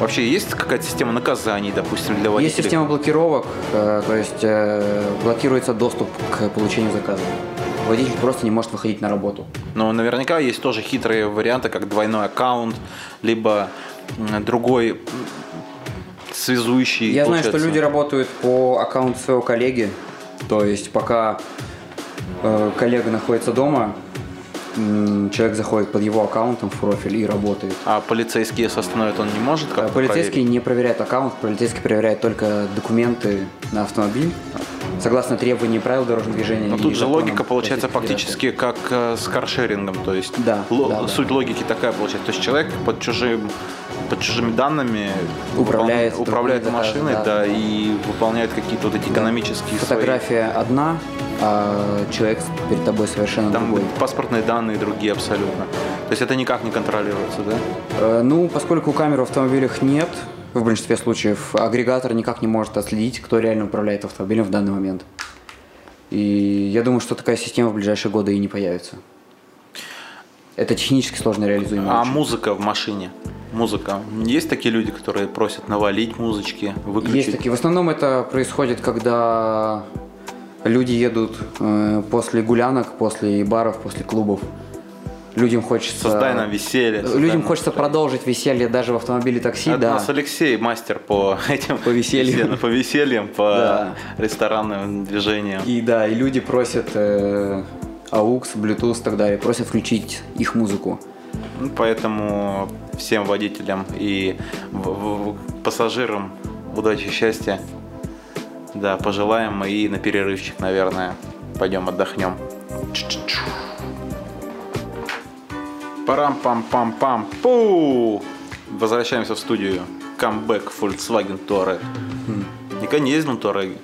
Вообще есть какая-то система наказаний, допустим, для водителей? Есть система блокировок, э, то есть э, блокируется доступ к получению заказа. Водитель просто не может выходить на работу. Но Ну, наверняка есть тоже хитрые варианты, как двойной аккаунт, либо м, другой м, связующий. Я знаю, что получается. люди работают по аккаунту своего коллеги, то есть пока э, коллега находится дома, м, человек заходит под его аккаунтом в профиль и работает. А полицейские если остановят, он не может Э, как Полицейский не проверяет аккаунт, полицейский проверяет только документы на автомобиль, согласно требованиям правил дорожного движения. Но Ну, и тут же законам логика получается Российской Федерации. фактически как э, с каршерингом, то есть Да, ло- да, да. суть логики такая получается, то есть человек под чужим под чужими данными Управляет выполня- управляет другими заказами, машиной, да, да, да. и выполняет какие-то вот эти экономические свои- Фотография одна, а человек перед тобой совершенно там другой. паспортные данные другие абсолютно, то есть это никак не контролируется, да? Э, Ну, поскольку камер в автомобилях нет, в большинстве случаев агрегатор никак не может отследить, кто реально управляет автомобилем в данный момент. И я думаю, что такая система в ближайшие годы и не появится. Это технически сложно реализуемо. А очень. музыка в машине, музыка, есть такие люди, которые просят навалить музычки, выключить? Есть такие. В основном это происходит, когда люди едут э, после гулянок, после баров, после клубов. Людям хочется... Создай нам веселье. создай Людям нам хочется настроение. продолжить веселье даже в автомобиле такси, Это у да. нас Алексей мастер по [LAUGHS] этим По весельям. весельям, [LAUGHS] по весельям, по Да. ресторанным движениям. И да, и люди просят э, AUX, Bluetooth и так далее, просят включить их музыку. Ну, Поэтому всем водителям и в- в- пассажирам удачи, счастья. Да, пожелаем и на перерывчик, наверное, пойдем отдохнем. Чу-чу-чу. Парам-пам-пам-пам. Пу! Возвращаемся в студию. Камбэк Volkswagen Touareg. Хм. Никогда не ездил на Touareg?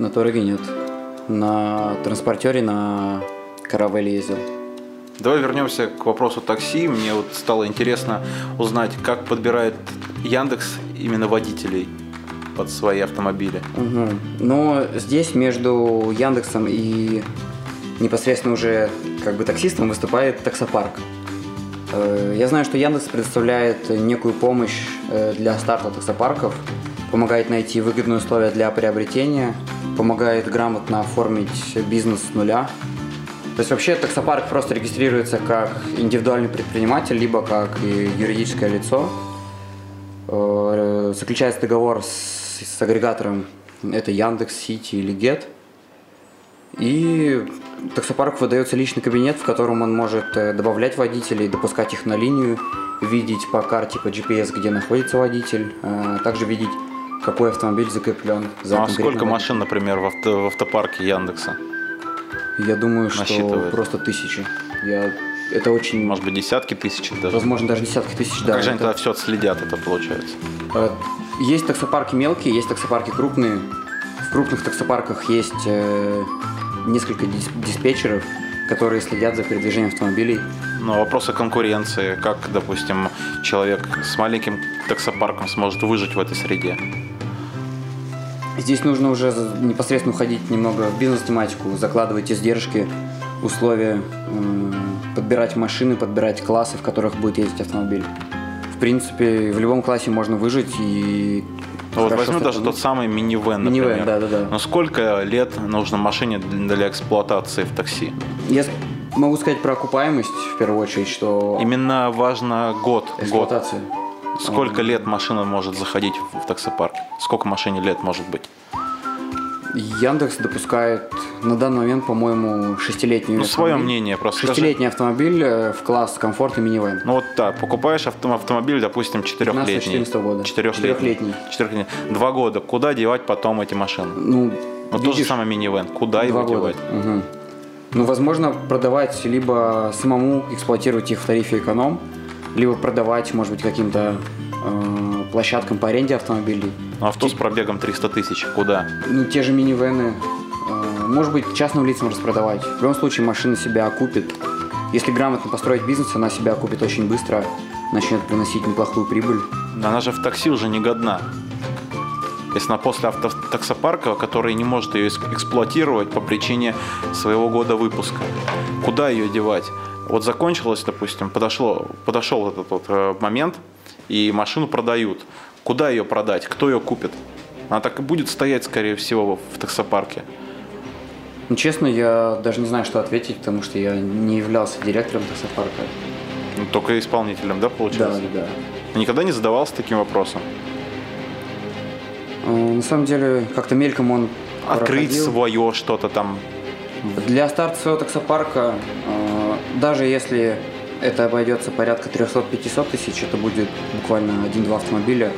На Тореге нет. На транспортере, на каравеле ездил. Давай вернемся к вопросу такси. Мне вот стало интересно узнать, как подбирает Яндекс именно водителей под свои автомобили. Мгм. Но здесь между Яндексом и непосредственно уже как бы таксистом выступает таксопарк. Э, Я знаю, что Яндекс предоставляет некую помощь э, для старта таксопарков, помогает найти выгодные условия для приобретения, помогает грамотно оформить бизнес с нуля, То есть вообще таксопарк просто регистрируется как индивидуальный предприниматель, либо как и юридическое лицо. Э, Заключается договор с, с агрегатором, это Яндекс, Сити или Гет. И таксопарку выдается личный кабинет, в котором он может э, добавлять водителей, допускать их на линию, видеть по карте, по GPS, где находится водитель, э, также видеть, какой автомобиль закреплен за Ну, а конкретным сколько машин, например, в, авто- в автопарке Яндекса? я думаю, что насчитывает? просто тысячи. Я... Это очень, Может быть, десятки тысяч даже? возможно, даже десятки тысяч. Да, как же они это- тогда все отследят, это получается? Э, Есть таксопарки мелкие, есть таксопарки крупные. В крупных таксопарках есть э, несколько дис- диспетчеров, которые следят за передвижением автомобилей. Но Ну, а вопрос о конкуренции. Как, допустим, человек с маленьким таксопарком сможет выжить в этой среде? Ну, Здесь нужно уже за- непосредственно уходить немного в бизнес-тематику, закладывать издержки, условия, м, подбирать машины, подбирать классы, в которых будет ездить автомобиль. В принципе, в любом классе можно выжить и... Ну, вот хорошо возьму даже стартануть. тот самый минивэн, например. Минивэн, да-да-да. Но сколько лет нужно машине для для эксплуатации в такси? Я с- могу сказать про окупаемость, в первую очередь, что... Именно важно год. год. эксплуатацию. Сколько лет машина может заходить в в таксопарк? Сколько машине лет может быть? Яндекс допускает на данный момент, по-моему, шестилетний Ну, свое автомобиль. мнение просто скажи. Шестилетний автомобиль э, в класс комфорт и минивэн. Ну вот так, покупаешь авто- автомобиль, допустим, четырехлетний. 15-14 года. Четырехлетний. Четырехлетний. Четырехлетний. Два года. Куда девать потом эти машины? Ну, Вот то же видишь, самое минивэн. Куда его два года. девать? Мгм. Ну, возможно, продавать либо самому эксплуатировать их в тарифе эконом, либо продавать, может быть, каким-то э, площадкам по аренде автомобилей. Ну, авто с пробегом 300 тысяч. Куда? Ну, те же минивены. э, Может быть, частным лицам распродавать. В любом случае, машина себя окупит. Если грамотно построить бизнес, она себя окупит очень быстро, начнет приносить неплохую прибыль. Она же в такси уже не годна. Если она после авто таксопарка, который не может ее эск- эксплуатировать по причине своего года выпуска, куда ее девать? Вот закончилось, допустим, подошло, подошел этот вот э, момент, и машину продают. Куда ее продать? Кто ее купит? Она так и будет стоять, скорее всего, в таксопарке. Ну, честно, я даже не знаю, что ответить, потому что я не являлся директором таксопарка. Ну, Только исполнителем, да, Да, получается? да. Никогда не задавался таким вопросом? Э, На самом деле, как-то мельком он Открыть проходил. свое что-то там. Для старта своего таксопарка, э, даже если это обойдется порядка 300-500 тысяч, это будет буквально 1-2 автомобиля.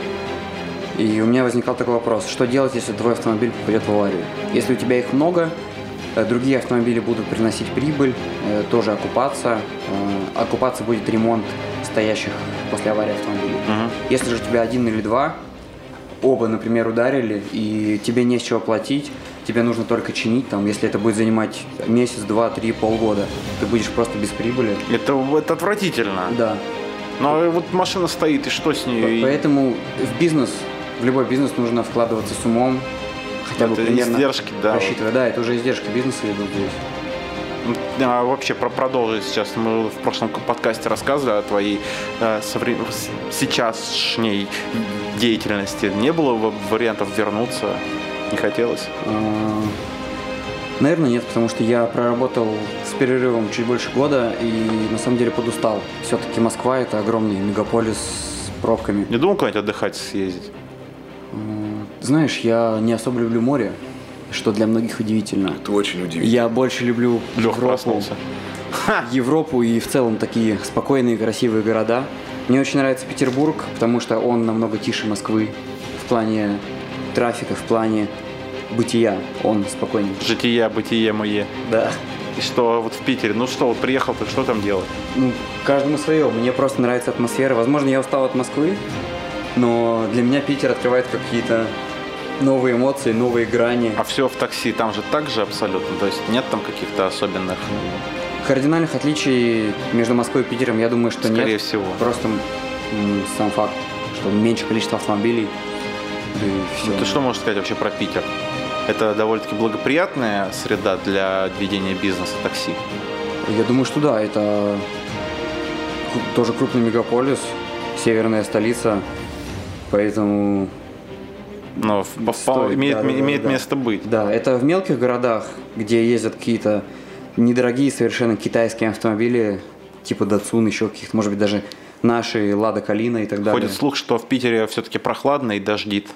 И у меня возникал такой вопрос, что делать, если твой автомобиль попадет в аварию? Если у тебя их много, э, другие автомобили будут приносить прибыль, э, тоже окупаться. э, Окупаться будет ремонт стоящих после аварии автомобилей. Мгм. Если же у тебя один или два, оба, например, ударили, и тебе не с чего платить, тебе нужно только чинить, там, если это будет занимать месяц, два, три, полгода, ты будешь просто без прибыли. Это, это отвратительно. Да. Но Ну, а вот машина стоит, и что с П- ней? Поэтому в бизнес, в любой бизнес нужно вкладываться с умом, хотя бы Это примерно издержки, да. рассчитывая. Да, это уже издержки бизнеса идут здесь. А, вообще про продолжить сейчас. Мы в прошлом подкасте рассказывали о твоей э, совре- с- сейчасшней деятельности. Не было ва- вариантов вернуться? Не хотелось? Э, Наверное, нет, потому что я проработал с перерывом чуть больше года и на самом деле подустал. Все-таки Москва это огромный мегаполис с пробками. Не думал куда-нибудь отдыхать съездить? Знаешь, я не особо люблю море, что для многих удивительно. Это очень удивительно. Я больше люблю Лех Европу, проснулся. Европу и в целом такие спокойные, красивые города. Мне очень нравится Петербург, потому что он намного тише Москвы в плане трафика, в плане бытия. Он спокойнее. Житие, бытие мое. Да. И что вот в Питере? Ну что, вот приехал ты, что там делать? Ну, каждому свое. Мне просто нравится атмосфера. Возможно, я устал от Москвы, но для меня Питер открывает какие-то новые эмоции, новые грани. А все в такси, там же так же абсолютно? То есть нет там каких-то особенных? Кардинальных отличий между Москвой и Питером, я думаю, что нет. Скорее всего. Просто м, сам факт, что меньше количество автомобилей. Да и все. Ну, Ты что можешь сказать вообще про Питер? Это довольно-таки благоприятная среда для ведения бизнеса такси. Я думаю, что да, это кру- тоже крупный мегаполис, северная столица, поэтому Но в- по- Стоит, имеет, да, да, имеет да, да. место быть. да, это в мелких городах, где ездят какие-то недорогие совершенно китайские автомобили, типа Datsun, еще каких-то, может быть, даже наши, Лада Калина и так далее. Ходит слух, что в Питере все-таки прохладно и дождит.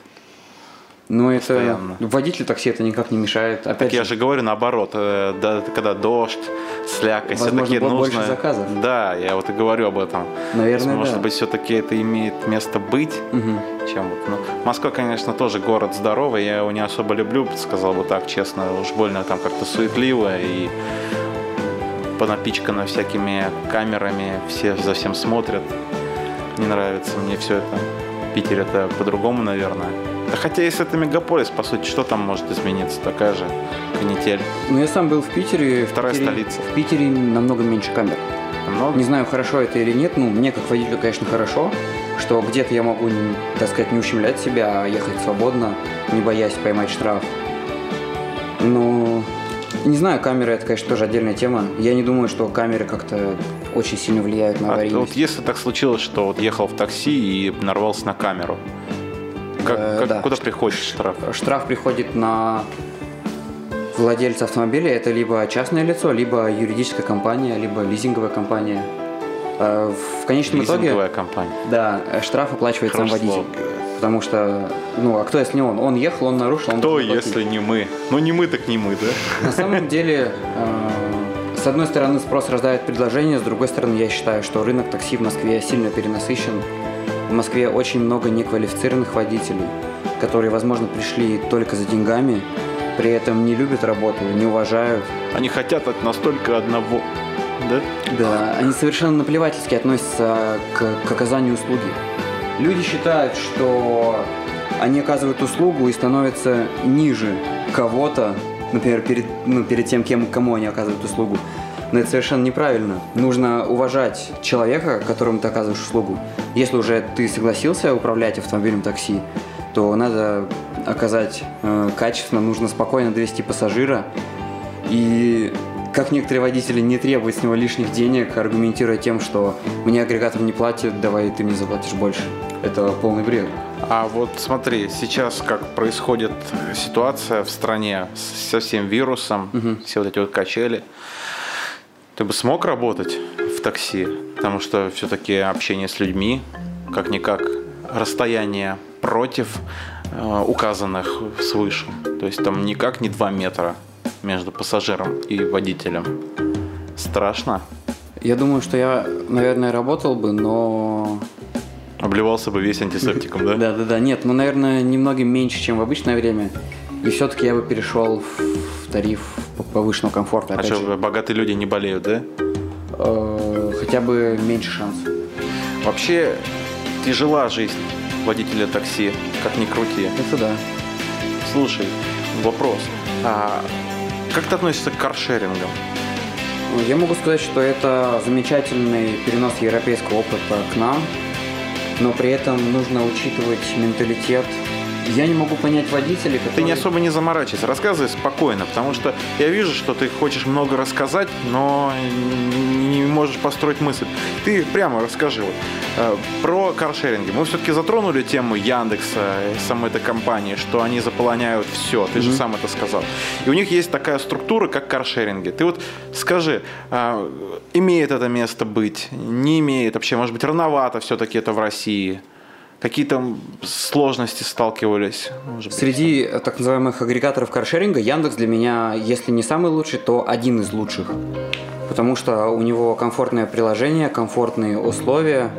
Но это постоянно. водителю такси это никак не мешает. Опять Так я же, же говорю наоборот, э, да, когда дождь, слякоть, Возможно, все-таки будет нужно... больше заказов. Да, я вот и говорю об этом. Наверное, То есть, Может да. быть, все-таки это имеет место быть, Мгм. чем вот, ну, Москва, конечно, тоже город здоровый, я его не особо люблю, сказал бы так, честно, уж больно там как-то суетливо и понапичкано всякими камерами, все за всем смотрят. Не нравится мне все это. Питер это по-другому, наверное. Да хотя, если это мегаполис, по сути, что там может измениться? Такая же канитель. Ну, я сам был в Питере. в Вторая Питере- столица. В Питере намного меньше камер. Но Не знаю, хорошо это или нет, ну, мне как водителю, конечно, хорошо, что где-то я могу, н- так сказать, не ущемлять себя, а ехать свободно, не боясь поймать штраф. Но, не знаю, камеры это, конечно, тоже отдельная тема. Я не думаю, что камеры как-то очень сильно влияют на а то вот аварийность. если так случилось, что вот ехал в такси и нарвался на камеру, как, Э, как- да. куда приходит штраф? Штраф приходит на владельца автомобиля, это либо частное лицо, либо юридическая компания, либо лизинговая компания. Э, В конечном итоге... Лизинговая компания. Да, э, штраф оплачивает сам Хорошее водитель. Потому что, ну, а кто если не он? Он ехал, он нарушил, он Кто, должен платить. если не мы? Ну не мы, так не мы, да? На самом деле, э, с одной стороны, спрос рождает предложение, с другой стороны, я считаю, что рынок такси в Москве сильно перенасыщен. В Москве очень много неквалифицированных водителей, которые, возможно, пришли только за деньгами, при этом не любят работу, не уважают. Они хотят от нас только одного. Да? Да, они совершенно наплевательски относятся к, к оказанию услуги. Люди считают, что они оказывают услугу и становятся ниже кого-то, например, перед, ну, перед тем, кем, кому они оказывают услугу. Но это совершенно неправильно. Нужно уважать человека, которому ты оказываешь услугу. Если уже ты согласился управлять автомобилем такси, то надо оказать э, качественно, нужно спокойно довести пассажира, и как некоторые водители не требуют с него лишних денег, аргументируя тем, что мне агрегатор не платит, давай ты мне заплатишь больше. Это полный бред. А вот смотри, сейчас как происходит ситуация в стране с- со всем вирусом, все вот эти вот качели. Ты бы смог работать в такси? Потому что все-таки общение с людьми, как-никак, расстояние против э, указанных свыше. То есть там никак не 2 метра между пассажиром и водителем. Страшно. Я думаю, что я, наверное, работал бы, но... Обливался бы весь антисептиком, да? Да-да-да, нет, ну, наверное, немного меньше, чем в обычное время. И все-таки я бы перешел в, в тариф по- повышенного комфорта. А опять же. что, богатые люди не болеют, да? Э, хотя бы меньше шансов. Вообще тяжела жизнь водителя такси, как ни крути. Это да. Слушай, вопрос. А как ты относишься к каршерингам? Ну, Я могу сказать, что это замечательный перенос европейского опыта к нам, но при этом нужно учитывать менталитет. Я не могу понять водителей, которые... Ты не особо не заморачивайся, рассказывай спокойно, потому что я вижу, что ты хочешь много рассказать, но не можешь построить мысль. Ты прямо расскажи вот, э, про каршеринги. Мы все-таки затронули тему Яндекса, э, самой этой компании, что они заполоняют все. Ты же сам это сказал. И у них есть такая структура, как каршеринги. Ты вот скажи, а, имеет это место быть, не имеет вообще, может быть, рановато все-таки это в России. Какие там сложности сталкивались? Может быть? Среди э, так называемых агрегаторов каршеринга Яндекс для меня, если не самый лучший, то один из лучших. Потому что у него комфортное приложение, комфортные условия,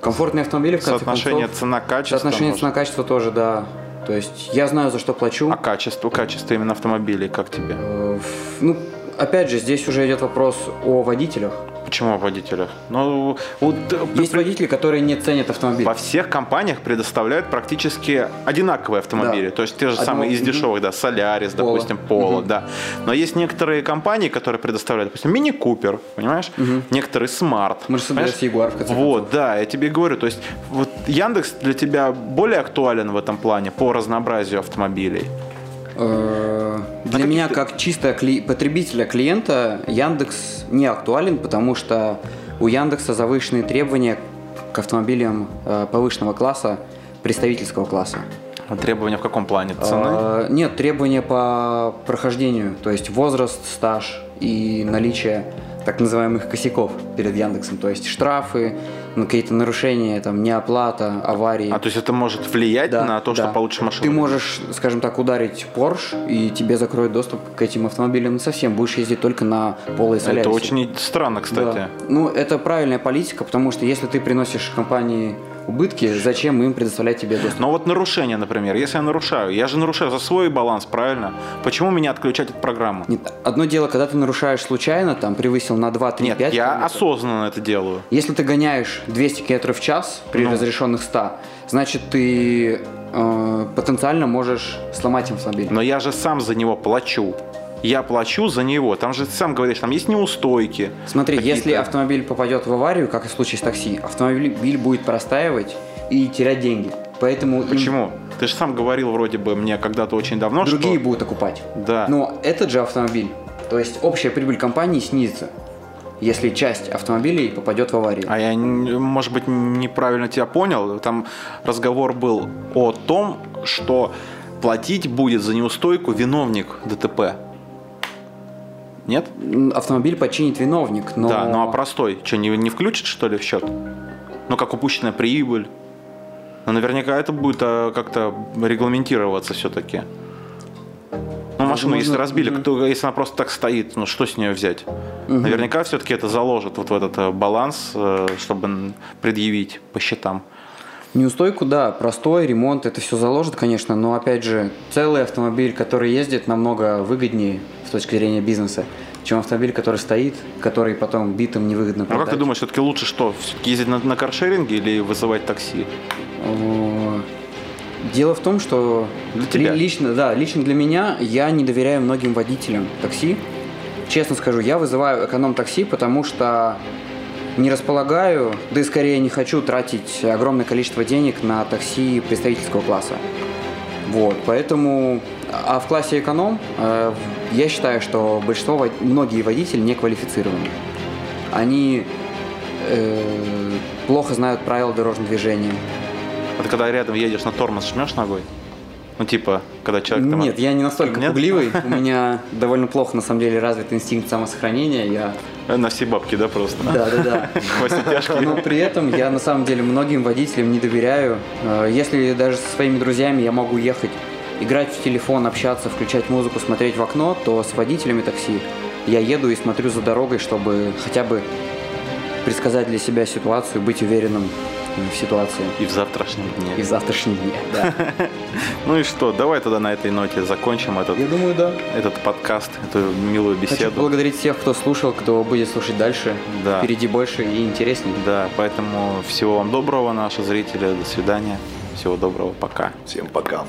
комфортные автомобили, в конце Соотношение концов. цена-качество. Соотношение может? цена-качество тоже, да. То есть я знаю, за что плачу. А качество, качество именно автомобилей, как тебе? Э, ф- Ну, опять же, здесь уже идет вопрос о водителях. Почему о водителях? Ну, вот, э, Есть водители, которые не ценят автомобиль. во всех компаниях предоставляют практически одинаковые автомобили. Да. То есть те же Одно- самые из мгм. дешевых, да, Солярис, Polo. допустим, Поло, да. Но есть некоторые компании, которые предоставляют, допустим, Мини Купер, понимаешь? Некоторые Смарт. Мерседес, Ягуар, в конце Вот, да, я тебе говорю, то есть вот Яндекс для тебя более актуален в этом плане по разнообразию автомобилей. Э, Для каких меня, ты- как чисто кли- потребителя, клиента, Яндекс не актуален, потому что у Яндекса завышенные требования к автомобилям э, повышенного класса, представительского класса. А Требования в каком плане? Цены? А, Нет, требования по прохождению, то есть возраст, стаж и наличие так называемых косяков перед Яндексом, то есть штрафы, ну, какие-то нарушения, там, неоплата, аварии. А то есть это может влиять Да, на то, что да. получишь машину? Ты можешь, скажем так, ударить Porsche, и тебе закроют доступ к этим автомобилям совсем. Будешь ездить только на полой солярисе. Это очень странно, кстати. Да. Ну, это правильная политика, потому что если ты приносишь компании убытки, зачем им предоставлять тебе доступ? Но вот нарушение, например, если я нарушаю, я же нарушаю за свой баланс, правильно? Почему меня отключать от программы? Нет, одно дело, когда ты нарушаешь случайно, там, превысил на 2, 3, Нет, 5 я осознанно это делаю. Если ты гоняешь 200 км в час при Ну. разрешенных 100, значит, ты э, потенциально можешь сломать автомобиль. Но я же сам за него плачу. Я плачу за него. Там же ты сам говоришь, там есть неустойки. Смотри, какие-то. если автомобиль попадет в аварию, как и в случае с такси, автомобиль будет простаивать и терять деньги. Поэтому им Почему? Ты же сам говорил вроде бы мне когда-то очень давно, другие Ну, что... будут окупать. Да. Но этот же автомобиль, то есть общая прибыль компании снизится, если часть автомобилей попадет в аварию. А я, н- может быть, неправильно тебя понял. Там разговор был о том, что платить будет за неустойку виновник ДТП. Нет? М, Автомобиль починит виновник, но... Да, ну а простой, что, не, не включит, что ли, в счет? Ну, как упущенная прибыль. Но наверняка это будет а, как-то регламентироваться все-таки. Ну, машину, если Возможно, разбили, мгм. кто- если она просто так стоит, ну что с нее взять? Мгм. Наверняка все-таки это заложит вот в этот э, баланс, э, чтобы н- предъявить по счетам. Неустойку, да, простой ремонт, это все заложит, конечно, но опять же, целый автомобиль, который ездит, намного выгоднее с точки зрения бизнеса, чем автомобиль, который стоит, который потом битым невыгодно Ну, продать. как ты думаешь, все-таки лучше что? Все-таки ездить на, на каршеринге или вызывать такси? О, Дело в том, что Для тебя. ли- лично, да, лично для меня я не доверяю многим водителям такси. Честно скажу, я вызываю эконом-такси, потому что не располагаю, да и скорее не хочу тратить огромное количество денег на такси представительского класса. Вот, поэтому... А в классе эконом э, я считаю, что большинство, вод- многие водители не квалифицированы. Они э, плохо знают правила дорожного движения, Вот когда рядом едешь на тормоз, жмешь ногой? Ну, типа, когда человек там... Нет, я не настолько Нет? пугливый. У меня довольно плохо, на самом деле, развит инстинкт самосохранения. Я... Э, На все бабки, да, просто? Да, да, да. Хвосты тяжкие. Но при этом я, на самом деле, многим водителям не доверяю. Э, Если даже со своими друзьями я могу ехать, играть в телефон, общаться, включать музыку, смотреть в окно, то с водителями такси я еду и смотрю за дорогой, чтобы хотя бы предсказать для себя ситуацию, быть уверенным э, в ситуации И в завтрашнем дне. и в завтрашнем дне. да. Ну и что, давай тогда на этой ноте закончим этот, Я думаю, да. этот подкаст, эту милую Хочу беседу. поблагодарить всех, кто слушал, кто будет слушать дальше. Да. Впереди больше и интереснее. Да, поэтому всего вам доброго, наши зрители. До свидания. Всего доброго, пока. Всем пока.